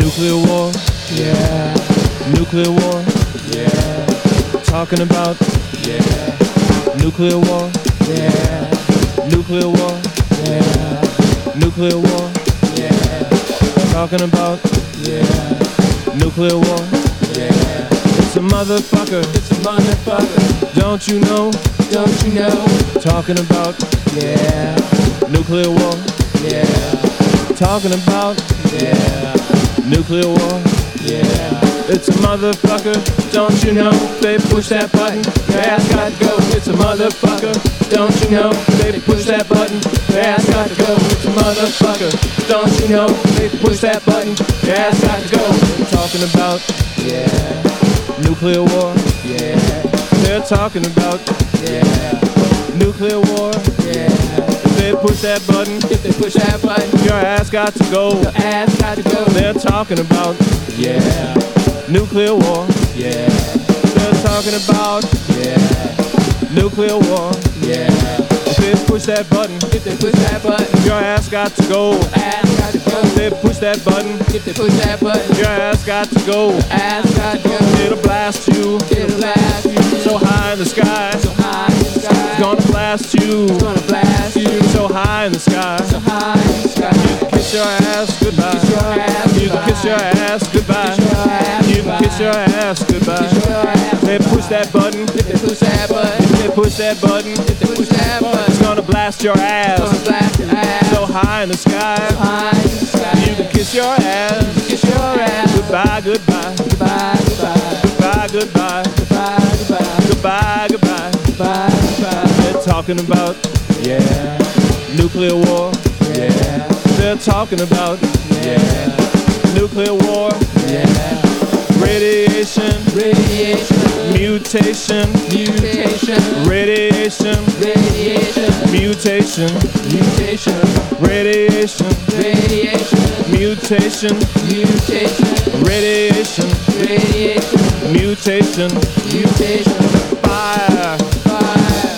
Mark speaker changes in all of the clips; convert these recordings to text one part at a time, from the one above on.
Speaker 1: Nuclear war, yeah. Nuclear war, yeah. Talking about, yeah. Nuclear war, yeah. Nuclear war, yeah. Nuclear war, yeah. Talking about, yeah. Nuclear war, yeah. It's a motherfucker, it's a motherfucker. Don't you know, don't you know? Talking about, yeah. Nuclear war, yeah. Talking about, yeah. Nuclear war, yeah. It's a motherfucker, don't you know? They push that button, your ass got to go. It's a motherfucker, don't you know? They push that button, your ass got to go. It's a motherfucker, don't you know? They push that button, your ass got to go. They're talking about, yeah. Nuclear war, yeah. They're talking about, yeah. Nuclear war, yeah. If they push that button,
Speaker 2: If they push that button,
Speaker 1: your ass got to go.
Speaker 2: your ass got to go.
Speaker 1: They're talking about
Speaker 2: Yeah,
Speaker 1: nuclear war.
Speaker 2: yeah,
Speaker 1: They're talking about
Speaker 2: yeah,
Speaker 1: nuclear war.
Speaker 2: yeah.
Speaker 1: If they push that button,
Speaker 2: If they push that button,
Speaker 1: your ass got to go.
Speaker 2: ass got to
Speaker 1: If
Speaker 2: go.
Speaker 1: they push that button,
Speaker 2: If they push that button,
Speaker 1: your ass got to go.
Speaker 2: ass got to go.
Speaker 1: It'll blast you
Speaker 2: It'll last you
Speaker 1: so high in the sky.
Speaker 2: so high in the sky.
Speaker 1: It's gonna blast you
Speaker 2: gonna blast you
Speaker 1: so high in the sky.
Speaker 2: so high in the sky.
Speaker 1: Kiss your ass goodbye.
Speaker 2: Kiss your ass
Speaker 1: You can kiss your ass goodbye.
Speaker 2: Kiss your ass
Speaker 1: You can kiss your ass
Speaker 2: Kiss
Speaker 1: goodbye.
Speaker 2: your ass
Speaker 1: They push that button.
Speaker 2: If they push that button,
Speaker 1: They push that button.
Speaker 2: if they push that button,
Speaker 1: It's gonna blast your ass
Speaker 2: gonna blast your ass
Speaker 1: so high in the
Speaker 2: so
Speaker 1: sky.
Speaker 2: high in the sky.
Speaker 1: You can kiss your ass.
Speaker 2: kiss your ass.
Speaker 1: Goodbye, goodbye.
Speaker 2: Goodbye, goodbye.
Speaker 1: talking about, yeah. Nuclear war, yeah. They're talking about, yeah. Nuclear war, yeah. Radiation,
Speaker 2: Radiation,
Speaker 1: mutation,
Speaker 2: mutation,
Speaker 1: radiation,
Speaker 2: radiation,
Speaker 1: mutation,
Speaker 2: mutation,
Speaker 1: radiation,
Speaker 2: radiation,
Speaker 1: mutation,
Speaker 2: mutation,
Speaker 1: radiation,
Speaker 2: radiation,
Speaker 1: mutation,
Speaker 2: mutation,
Speaker 1: fire,
Speaker 2: fire,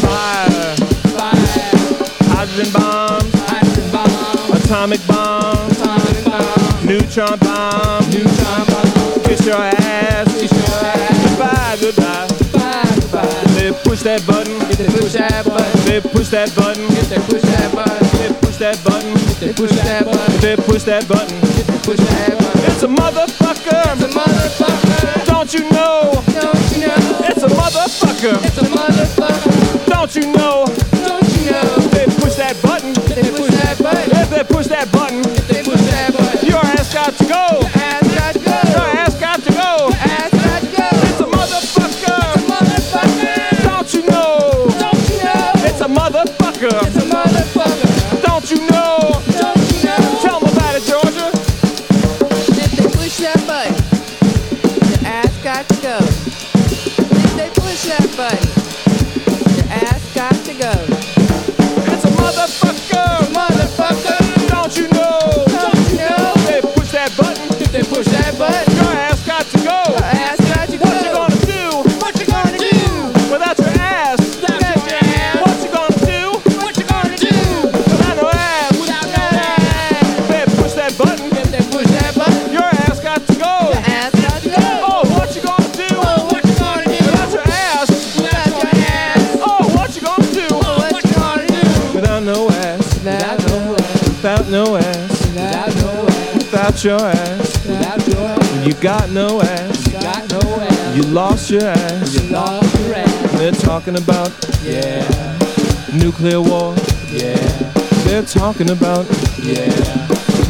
Speaker 1: fire,
Speaker 2: fire,
Speaker 1: hydrogen bomb,
Speaker 2: hydrogen bomb,
Speaker 1: atomic bomb,
Speaker 2: atomic bomb,
Speaker 1: neutron bomb,
Speaker 2: neutron bomb,
Speaker 1: kiss your ass,
Speaker 2: kiss your ass,
Speaker 1: goodbye, goodbye.
Speaker 2: bye, bye.
Speaker 1: They push that button,
Speaker 2: If they push that button,
Speaker 1: they push that button,
Speaker 2: if they push that button,
Speaker 1: they push that button,
Speaker 2: if they push that button,
Speaker 1: they push that button.
Speaker 2: if they push that button.
Speaker 1: It's a
Speaker 2: It's
Speaker 1: motherfucker,
Speaker 2: a motherfucker,
Speaker 1: don't you know?
Speaker 2: don't you know?
Speaker 1: It's a motherfucker,
Speaker 2: It's a motherfucker,
Speaker 1: don't you know?
Speaker 2: don't you know?
Speaker 1: They push that button,
Speaker 2: If they push that button,
Speaker 1: if they push that button,
Speaker 2: if they push that button,
Speaker 1: your ass got to go,
Speaker 2: ass got to
Speaker 1: your
Speaker 2: go,
Speaker 1: ass got to go.
Speaker 2: ass got to
Speaker 1: It's a
Speaker 2: go.
Speaker 1: motherfucker,
Speaker 2: Motherfucker,
Speaker 1: don't you know?
Speaker 2: don't you know?
Speaker 1: It's a motherfucker,
Speaker 2: It's a motherfucker,
Speaker 1: don't you know?
Speaker 2: don't you know?
Speaker 1: Tell them about it, Georgia.
Speaker 2: If they push that button, the ass got to go. If they push that button, the ass got to go.
Speaker 1: It's a motherfucker,
Speaker 2: Motherfucker,
Speaker 1: don't you know?
Speaker 2: don't you know?
Speaker 1: They push that button,
Speaker 2: If they push that button,
Speaker 1: your ass got to
Speaker 2: the
Speaker 1: go.
Speaker 2: ass got to
Speaker 1: What you
Speaker 2: go.
Speaker 1: gonna do
Speaker 2: What you gonna do?
Speaker 1: without your ass?
Speaker 2: Without your ass?
Speaker 1: What you gonna do
Speaker 2: What you gonna do?
Speaker 1: without no ass?
Speaker 2: Without no ass?
Speaker 1: They push that button,
Speaker 2: If they push that button,
Speaker 1: your ass got to go.
Speaker 2: the ass got to go.
Speaker 1: Oh, what you gonna do
Speaker 2: Oh, what you gonna do?
Speaker 1: without your ass?
Speaker 2: Without your ass?
Speaker 1: Oh, what you gonna do
Speaker 2: Oh, what you gonna do?
Speaker 1: without no ass?
Speaker 2: Without no ass.
Speaker 1: Without no ass,
Speaker 2: Without no ass.
Speaker 1: without your ass,
Speaker 2: Without your ass.
Speaker 1: you got no ass.
Speaker 2: Got no ass.
Speaker 1: You lost your ass.
Speaker 2: Lost your ass.
Speaker 1: They're talking about
Speaker 2: Yeah.
Speaker 1: nuclear war.
Speaker 2: Yeah.
Speaker 1: They're talking about
Speaker 2: Yeah.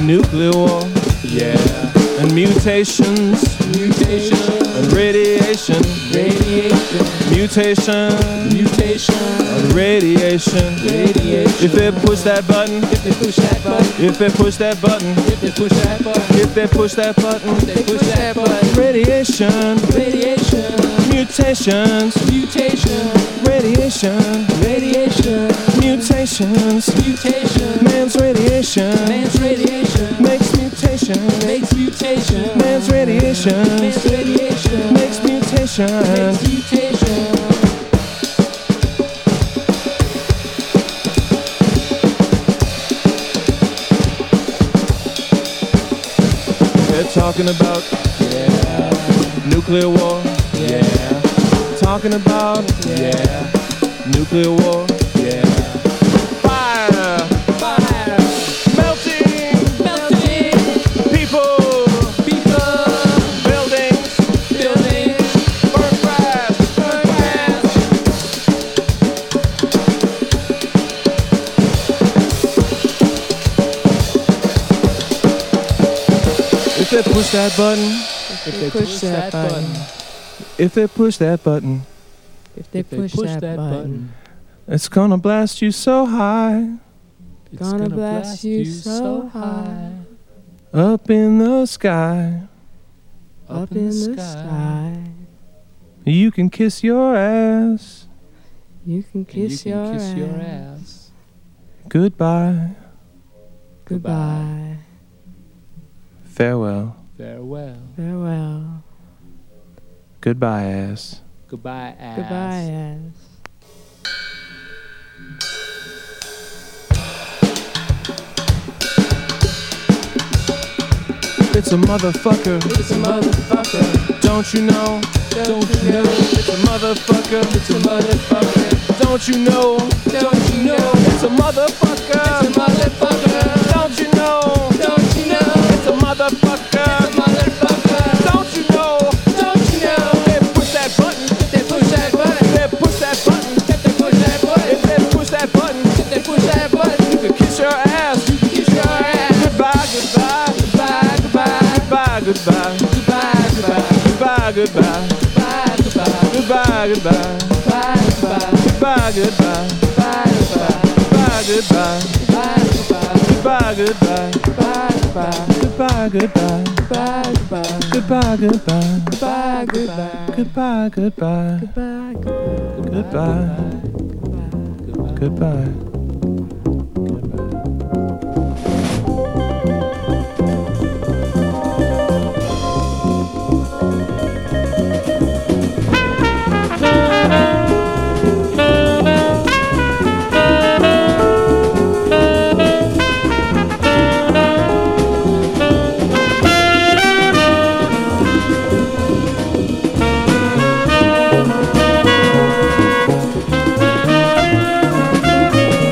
Speaker 1: nuclear war
Speaker 2: Yeah.
Speaker 1: and mutations
Speaker 2: Mutation.
Speaker 1: and radiation,
Speaker 2: Radiation.
Speaker 1: mutation,
Speaker 2: Mutation.
Speaker 1: and radiation.
Speaker 2: Radiation.
Speaker 1: If they push that button,
Speaker 2: If they push that button,
Speaker 1: if they push that button,
Speaker 2: if they push that button,
Speaker 1: if they push that button,
Speaker 2: if they push that button.
Speaker 1: radiation,
Speaker 2: Radiation.
Speaker 1: mutations,
Speaker 2: Mutation,
Speaker 1: radiation,
Speaker 2: radiation,
Speaker 1: mutations,
Speaker 2: mutation,
Speaker 1: man's radiation
Speaker 2: man's radiation,
Speaker 1: makes mutations,
Speaker 2: makes mutation,
Speaker 1: man's radiation
Speaker 2: man's radiation,
Speaker 1: makes mutations.
Speaker 2: makes mutation.
Speaker 1: They're talking about nuclear war. Yeah. Talking about yeah. Nuclear war. Yeah. Fire.
Speaker 2: Fire,
Speaker 1: Melting.
Speaker 2: melting,
Speaker 1: People.
Speaker 2: people,
Speaker 1: Buildings.
Speaker 2: buildings,
Speaker 1: Burn grass. Burn grass.
Speaker 2: grass.
Speaker 1: If they push that button.
Speaker 2: If they push that button,
Speaker 1: If they push that button.
Speaker 3: If they, push, that, button,
Speaker 1: It's gonna blast you so high.
Speaker 3: it's gonna, blast, you so high
Speaker 1: Up in the sky.
Speaker 3: up in the sky.
Speaker 1: You can kiss your ass.
Speaker 3: You can kiss,
Speaker 2: you
Speaker 3: your,
Speaker 2: can kiss
Speaker 3: ass.
Speaker 2: your ass.
Speaker 1: Goodbye.
Speaker 3: Goodbye.
Speaker 1: Farewell.
Speaker 2: Farewell,
Speaker 3: Farewell.
Speaker 1: Goodbye, ass.
Speaker 2: goodbye, ass.
Speaker 3: Goodbye, ass.
Speaker 1: It's a motherfucker.
Speaker 2: It's a motherfucker,
Speaker 1: Don't you know?
Speaker 2: don't you know?
Speaker 1: It's a motherfucker.
Speaker 2: It's a motherfucker,
Speaker 1: Don't you know?
Speaker 2: don't you know?
Speaker 1: It's a
Speaker 2: It's a
Speaker 1: motherfucker.
Speaker 2: motherfucker,
Speaker 1: Don't you know?
Speaker 2: don't you know?
Speaker 1: It's a motherfucker.
Speaker 2: Motherfucker,
Speaker 1: Don't you know?
Speaker 2: don't you know?
Speaker 1: They push that button.
Speaker 2: If they push that button,
Speaker 1: They push that button.
Speaker 2: if they push that button,
Speaker 1: If they push that button,
Speaker 2: if they push that button,
Speaker 1: you can kiss your ass.
Speaker 2: kiss your ass.
Speaker 1: Goodbye, goodbye.
Speaker 2: Goodbye, goodbye,
Speaker 1: Goodbye, goodbye.
Speaker 2: goodbye, goodbye,
Speaker 1: Goodbye, goodbye.
Speaker 2: goodbye,
Speaker 1: Goodbye, goodbye. Goodbye,
Speaker 2: goodbye, goodbye, goodbye.
Speaker 1: Bye, goodbye.
Speaker 2: Bye,
Speaker 1: Bye, goodbye.
Speaker 2: goodbye.
Speaker 1: Goodbye, goodbye.
Speaker 2: Bye,
Speaker 1: Goodbye, goodbye.
Speaker 2: goodbye. Bye, goodbye.
Speaker 1: Goodbye, goodbye.
Speaker 2: Bye, goodbye.
Speaker 1: Goodbye, goodbye.
Speaker 2: Goodbye,
Speaker 1: Goodbye.
Speaker 2: goodbye.
Speaker 1: Goodbye.
Speaker 2: Bye.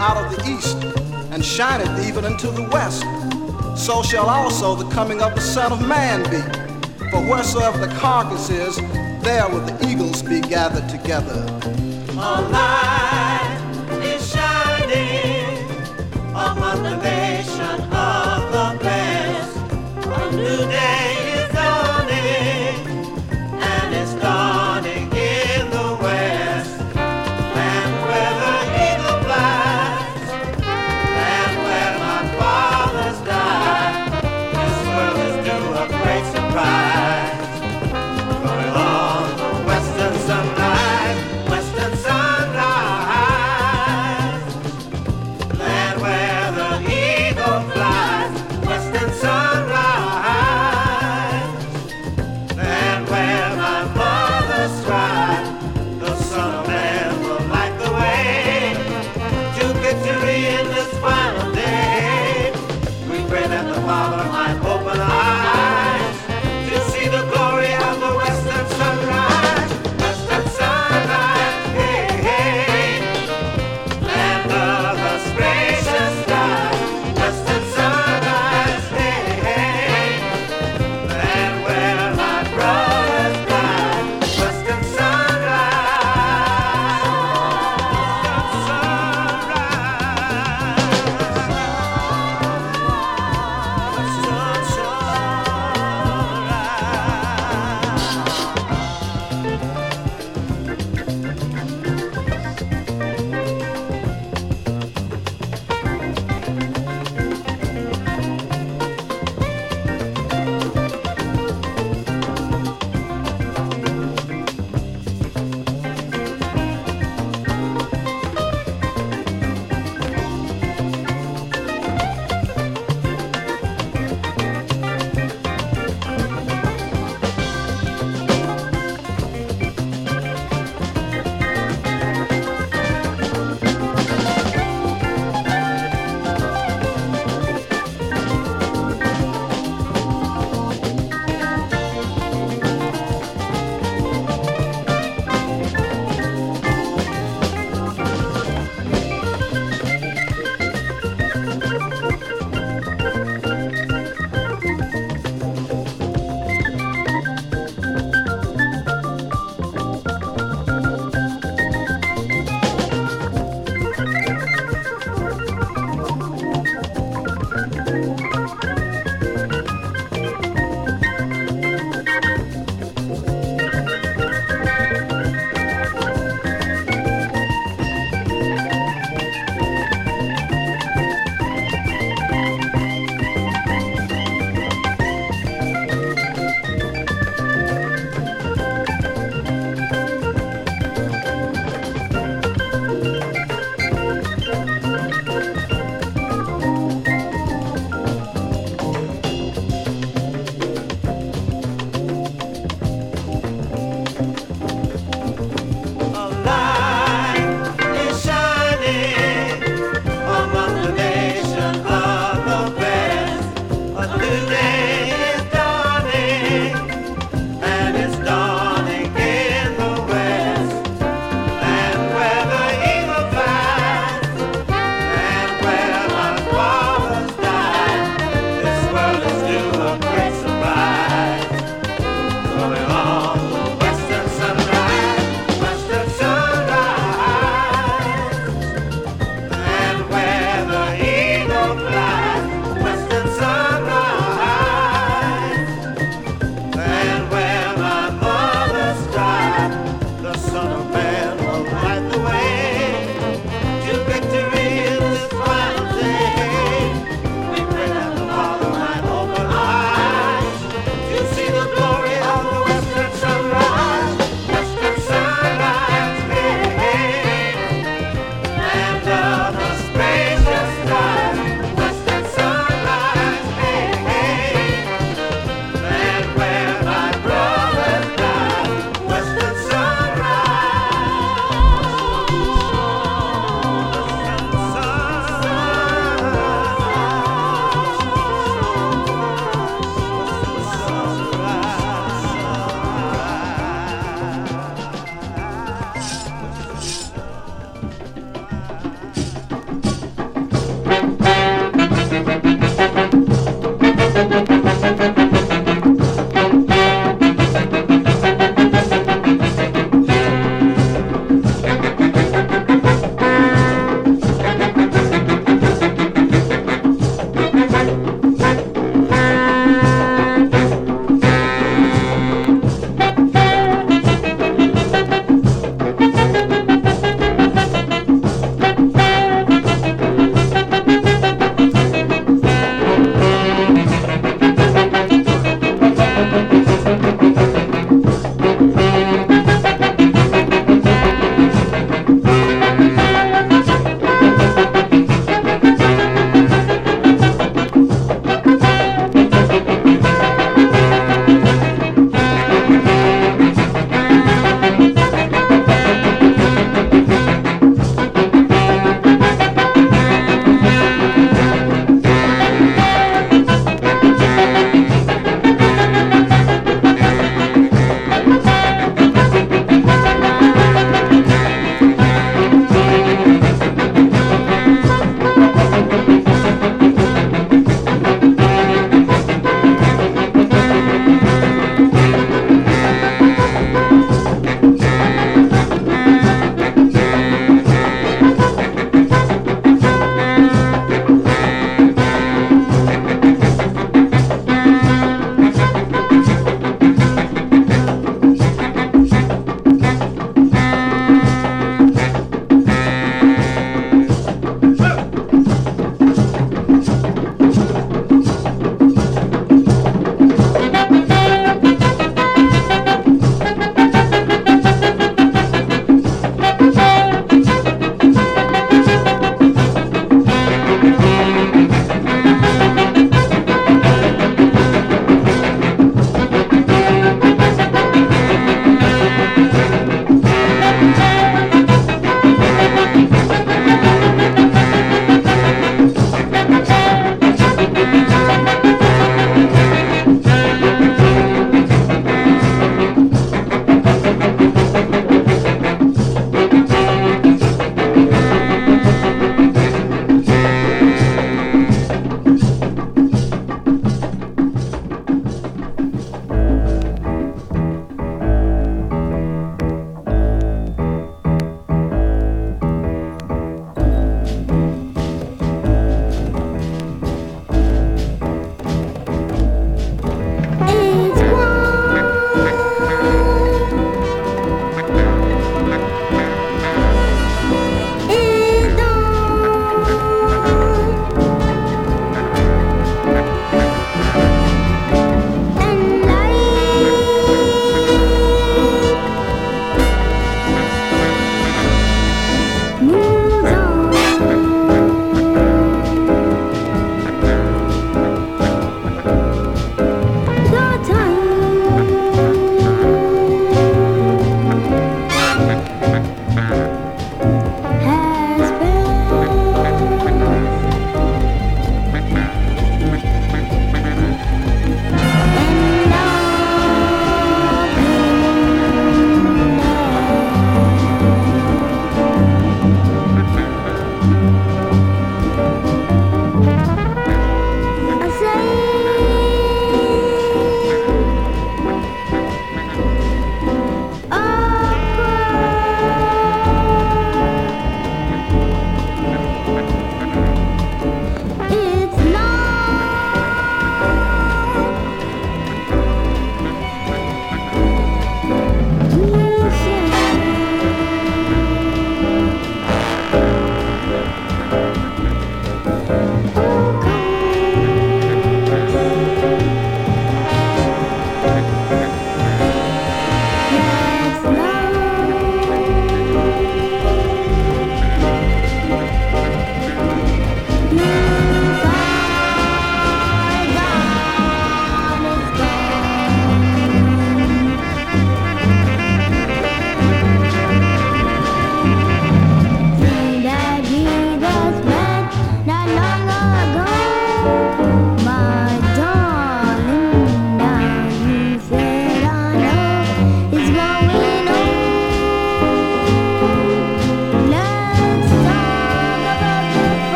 Speaker 4: out of the east and shineth even unto the west. So shall also the coming of the Son of Man be. For wheresoever the carcass is, there will the eagles be gathered together.
Speaker 5: A light is shining upon the nation of the best. A new day is dawning, and it's dawning in the west. Land where the eagle flies, land where my fathers died. This world is due a great surprise. Going on the western sunrise, western sunrise. Land where the eagle flies.